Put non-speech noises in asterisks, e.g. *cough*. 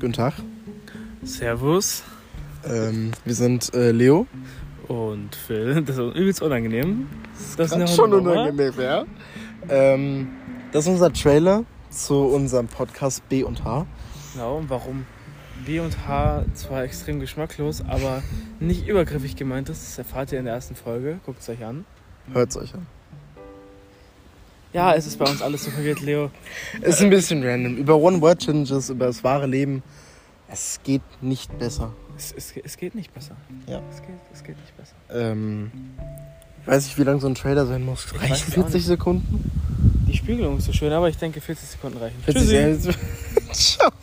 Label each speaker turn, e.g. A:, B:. A: Guten Tag.
B: Servus
A: Ähm, wir sind äh, Leo.
B: und Phil. *laughs* Das ist übelst unangenehm. Das eine
A: schon
B: Nummer.
A: unangenehm, ja. Ähm, das ist unser Trailer zu unserem Podcast B und H.
B: Genau, und warum B und H zwar extrem geschmacklos, aber nicht übergriffig gemeint ist, das erfahrt ihr in der ersten Folge. Guckt es euch an.
A: Hört's euch an.
B: Ja, es ist bei uns alles so verwirrt, Leo.
A: Ist ein bisschen random. Über One-Word-Challenges, über das wahre Leben. Es geht nicht besser.
B: Es, es, es geht nicht besser.
A: Ja.
B: Es geht, es geht nicht besser.
A: Ähm, weiß ich, wie lang so ein Trailer sein muss.
B: Ich weiß
A: Reichen
B: es auch
A: 40
B: nicht.
A: Sekunden?
B: Die Spiegelung ist so schön, aber ich denke 40 Sekunden reichen.
A: 40
B: Tschüssi.
A: Sekunden. *laughs* Ciao.